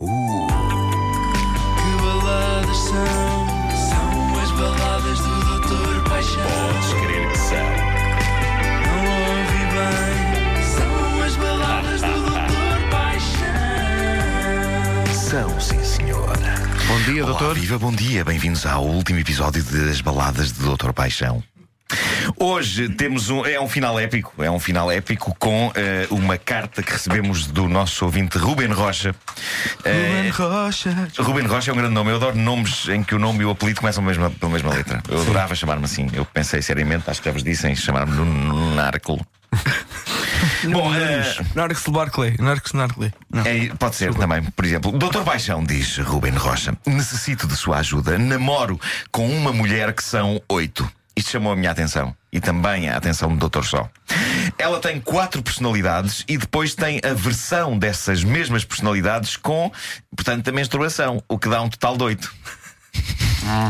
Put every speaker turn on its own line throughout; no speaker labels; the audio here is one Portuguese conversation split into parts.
Uh, coração. Sim, senhora.
Bom dia,
Olá,
doutor.
Viva, bom dia. Bem-vindos ao último episódio das baladas de Doutor Paixão. Hoje temos um. É um final épico. É um final épico com eh, uma carta que recebemos do nosso ouvinte Ruben Rocha. Eh,
É.
Ruben Rocha.
Ruben Rocha é um grande nome. Eu adoro nomes em que o nome e o apelido começam pela mesma, pela mesma letra. Eu adorava chamar-me assim. Eu pensei seriamente, acho que já vos disse, em chamar-me Nuno Narco. Bom, eh,
Narcos Barclay. Narcos Narclay. Não.
é, pode ser também, por exemplo. Doutor Paixão, diz Ruben Rocha, necessito de sua ajuda. Namoro com uma mulher que são oito. Isto chamou a minha atenção e também a atenção do Doutor Sol. Ela tem quatro personalidades e depois tem a versão dessas mesmas personalidades com, portanto, a menstruação, o que dá um total de oito.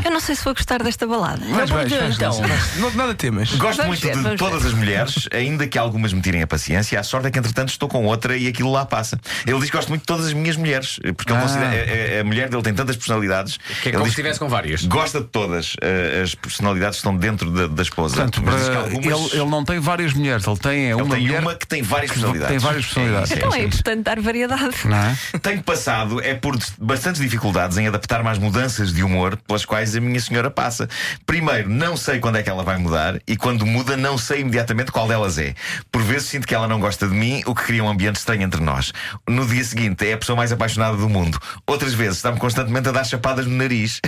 Eu não sei se vou gostar desta balada.
Mas
Então,
vais, vais,
então.
vais. Não, nada temas.
Gosto
Vamos
muito
ver,
de
vamos
todas as mulheres, ainda que algumas me tirem a paciência. A sorte é que, entretanto, estou com outra e aquilo lá passa. Ele diz que gosto muito de todas as minhas mulheres, porque ele
Ah.
considera- é, a, a- a mulher dele tem tantas personalidades.
Que é
ele
como se
diz que
estivesse com várias.
gosta de todas eh, as personalidades que estão dentro da, da esposa.
Portanto,
Mas diz que
para-
algumas-
ele, ele não tem várias mulheres, ele tem é
ele
uma
tem
mulher.
uma que tem várias personalidades.
Tem várias personalidades.
É isso, é
Então
isso,
é
é isso.
importante dar variedade.
Não é?
Tenho passado é por des- bastantes dificuldades em adaptar-me às mudanças de humor pelas quais a minha senhora passa. Primeiro, não sei quando é que ela vai mudar e quando muda, não sei imediatamente qual delas é. Por vezes sinto que ela não gosta de mim, o que cria um ambiente estranho entre nós. No dia seguinte, é a pessoa mais apaixonada do mundo. Outras vezes, está-me constantemente a dar chapadas no nariz.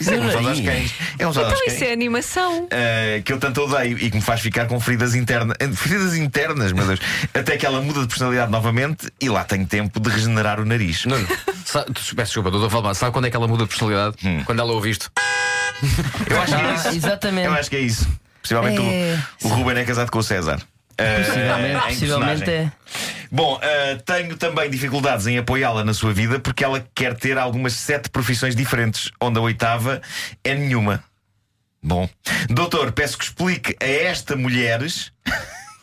Isso é um só aos cães. É um só aos
Então
cães.
isso é animação.
Uh, que eu tanto odeio e que me faz ficar com feridas internas. Feridas internas, meu Deus. Até que ela muda de personalidade novamente e lá tenho tempo de regenerar o nariz.
Nuno, sa- tu- peço desculpa, doutor Valmar, sabe quando é que ela muda de personalidade? Quando ela ouve isto.
Eu acho que é isso.
Ah, Exatamente.
Eu acho que é isso. Possivelmente
É,
o, o Ruben é casado com o César. Uh,
Possivelmente,
em
possivelmente
personagem.
é.
Bom, uh, tenho também dificuldades em apoiá-la na sua vida porque ela quer ter algumas sete profissões diferentes, onde a oitava é nenhuma. Bom, doutor, peço que explique a esta mulheres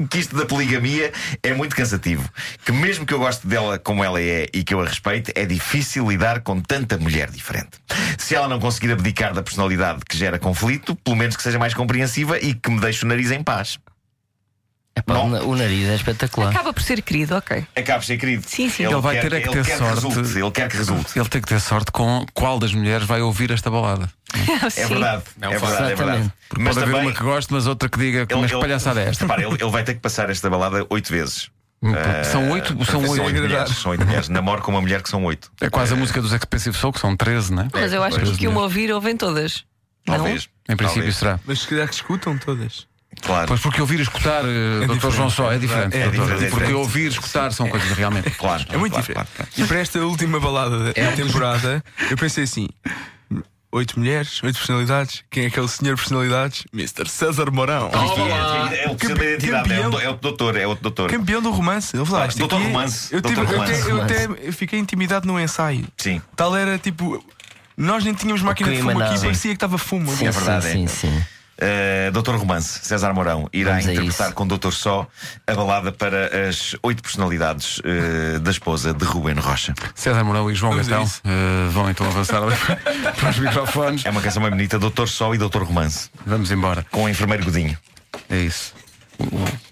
que isto da poligamia é muito cansativo. Que mesmo que eu goste dela como ela é e que eu a respeite, é difícil lidar com tanta mulher diferente. Se ela não conseguir abdicar da personalidade que gera conflito, pelo menos que seja mais compreensiva e que me deixe o nariz em paz.
Epá,
Bom.
o na- o nariz é espetacular.
Acaba por ser querido, ok.
Acaba de ser querido.
Sim, sim.
Ele,
Ele vai
quer,
ter é que
ele
ter
quer
sorte.
Que resulte, ele quer que resulte.
Ele tem que ter sorte com qual das mulheres vai ouvir esta balada.
sim.
É verdade.
Não,
é verdade, é verdade.
exatamente.
Porque pode haver uma que goste, mas outra que diga
ele-
como é que
ele-
palhaçada é esta.
Repara, ele, ele vai ter que passar esta balada oito vezes. Eh,
Porque São oito, são
São
oito.
oito mulheres. São oito mulheres. Namoro com uma mulher que são oito.
É quase a música dos Expensive Soul, que são 13, não é?
Mas eu acho que os que uma ouvir ouvem todas.
Talvez.
Em princípio
Talvez.
será.
Mas se calhar que escutam todas.
Claro.
Pois porque ouvir e escutar, eh, Dr. João Só, é diferente.
É
doutor.
diferente, é
porque
diferente.
ouvir e escutar são coisas realmente.
Claro.
É muito
claro, claro,
diferente.
claro.
E para esta última balada da
É.
da temporada, eu pensei assim: oito mulheres, oito personalidades. Quem é aquele senhor personalidades? Mr. César Mourão.
Então,
É, é o que se da identidade. É o, é o doutor. É outro doutor.
Campeão do romance. Eu lá, isto
Doutor
aqui é-
Romance,
Eu, tive,
doutor
eu,
romance.
até- eu até fiquei intimidado no ensaio.
Sim.
Tal era tipo. Nós nem tínhamos máquina de
clima
fumo aqui,
não.
parecia que estava fumo.
Sim,
é verdade,
sim,
é.
sim, sim.
Uh, Doutor Romance, César Mourão, irá
Vamos a
interpretar
isso.
com o Doutor Só a balada para as oito personalidades uh, da esposa de Ruben Rocha.
César Mourão e João
Vamos a
Gastão
isso.
eh, vão então avançar ali para os microfones.
É uma canção bem bonita, Doutor Só e Doutor Romance,
Vamos embora.
com o enfermeiro Godinho.
É isso.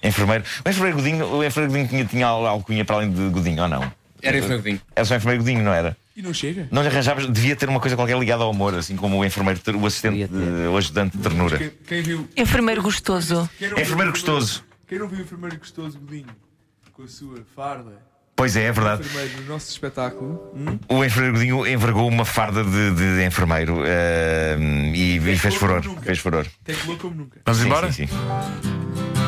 Enfermeiro. O enfermeiro Godinho, o enfermeiro Godinho tinha, tinha al- alcunha para além de Godinho, ou não?
Era infantil.
Era só enfermeiro Godinho, não era?
E não chega.
Não lhe arranjavas, devia ter uma coisa qualquer ligada ao amor, assim como o enfermeiro, ter- o assistente,
Devia ter.
eh, o ajudante de ternura.
Quem viu.
Enfermeiro É gostoso.
Enfermeiro É gostoso.
Quem não viu o enfermeiro gostoso Godinho com a sua farda?
Pois é, é verdade.
Enfermeiro no nosso espetáculo.
O enfermeiro Godinho envergou uma farda de, de enfermeiro eh, e, e fez furor. Fez furor.
Até que louco como nunca.
Vamos
Sim,
embora?
sim, sim.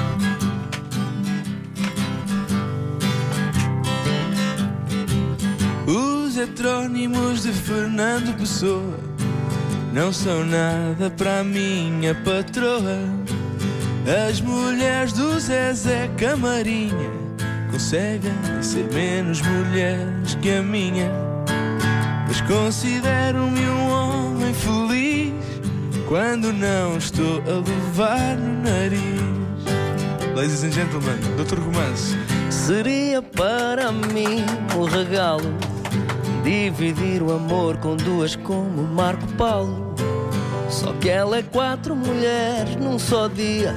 Os heterónimos de Fernando Pessoa não são nada para a minha patroa. As mulheres do Zezé Camarinha conseguem ser menos mulheres que a minha. Mas considero-me um homem feliz quando não estou a levar no nariz. Ladies and gentlemen, Dr. Romance.
Seria para mim um regalo dividir o amor com duas como Marco Paulo. Só que ela é quatro mulheres num só dia,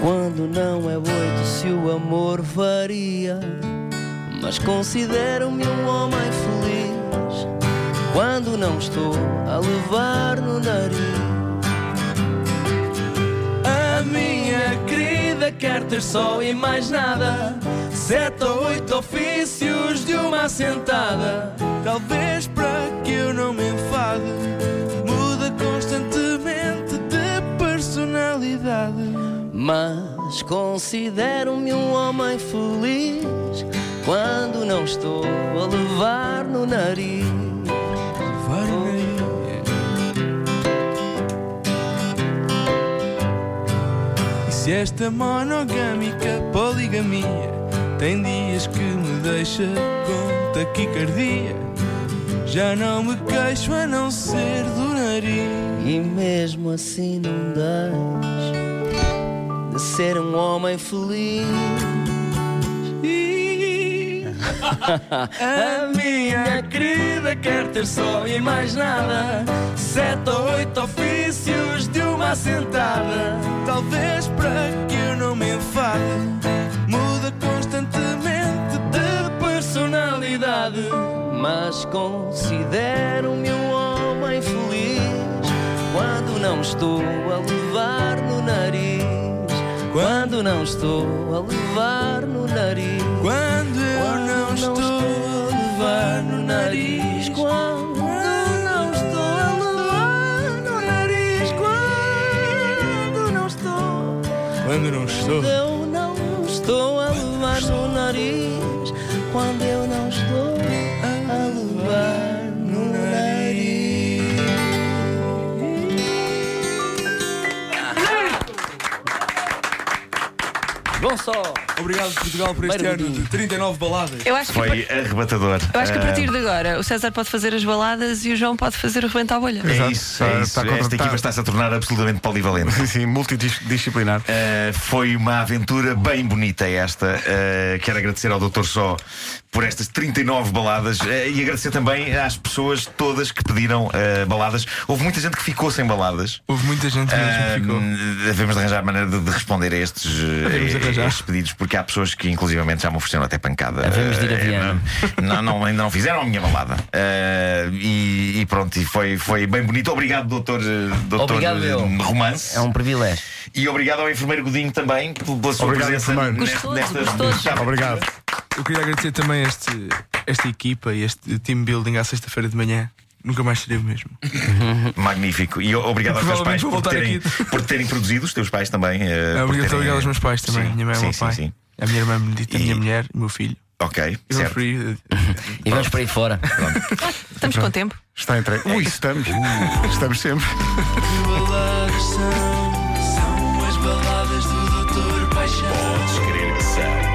quando não é oito se o amor varia. Mas considero-me um homem feliz quando não estou a levar no nariz. A minha querida quer ter só e mais nada. Sete ou oito ofícios de uma assentada.
Talvez para que eu não me enfade, muda constantemente de personalidade.
Mas considero-me um homem feliz quando não estou a levar no nariz.
E se esta monogâmica poligamia tem dias que me deixa com taquicardia, já não me queixo a não ser do nariz.
E mesmo assim não deixo de ser um homem feliz. A minha querida quer ter só e mais nada. Sete ou oito ofícios de uma assentada.
Talvez para que eu não me enfade, muda constantemente de
personalidade, mas considero-me um homem feliz quando não estou a levar no nariz. Quando não estou a levar no nariz.
quando eu não estou a levar no nariz.
Quando não estou a levar no nariz. Quando não estou.
Quando não estou.
Eu não estou a levar no nariz. Quando eu não estou a levar no nariz. Bom só.
Obrigado, Portugal, por este
Primeiro
ano de 39 baladas.
Eu acho que.
Foi arrebatador.
Eu acho que a
Ah,
partir de agora o César pode fazer as baladas e o João pode fazer o rebento à bolha.
É
Exato.
isso,
Está-
é isso.
está
Esta
contratado.
equipa está-se a tornar absolutamente polivalente.
Sim, multidisciplinar.
Uh, foi uma aventura bem bonita esta. Uh, quero agradecer ao Dr. Só por estas 39 baladas uh, e agradecer também às pessoas todas que pediram uh, baladas. Houve muita gente que ficou sem baladas.
Houve muita gente
Um, devemos de arranjar maneira de, de responder a estes, uh,
Devemos
a- a
arranjar.
estes pedidos, porque há pessoas que, inclusivamente, já me ofereceram até pancada.
Havemos de ir a
Uh,
Viena.
não, não, ainda não fizeram a minha balada. Uh, e, e pronto, e foi, foi bem bonito. Obrigado, doutor, eh, doutor
Obrigado, eu.
Romance.
É um privilégio.
E obrigado ao enfermeiro Godinho também pela sua
Obrigado,
presença
enfermeiro.
neste-
Gostoso,
nesta
gostoso.
Obrigado.
Eu queria agradecer também a este, esta equipa e este team building à sexta-feira de manhã. Nunca mais seria o mesmo.
magnífico. E obrigado aos teus pais
Provavelmente vou
por
voltar
terem,
aqui. É,
por terem produzido, os teus pais também. eh, por
Obrigado,
terem-
obrigado aos meus pais também.
Sim,
minha mãe e o
sim,
meu
sim,
pai.
sim.
A minha irmã Benedita, a minha
E-
mulher, o meu filho.
Ok,
E vamos
certo.
por aí.
E vamos para aí fora.
Estamos com tempo.
Está entre. Ui, estamos. Estamos sempre.
Baladas são, são as baladas do Doutor Paixão.
Podes crer que são.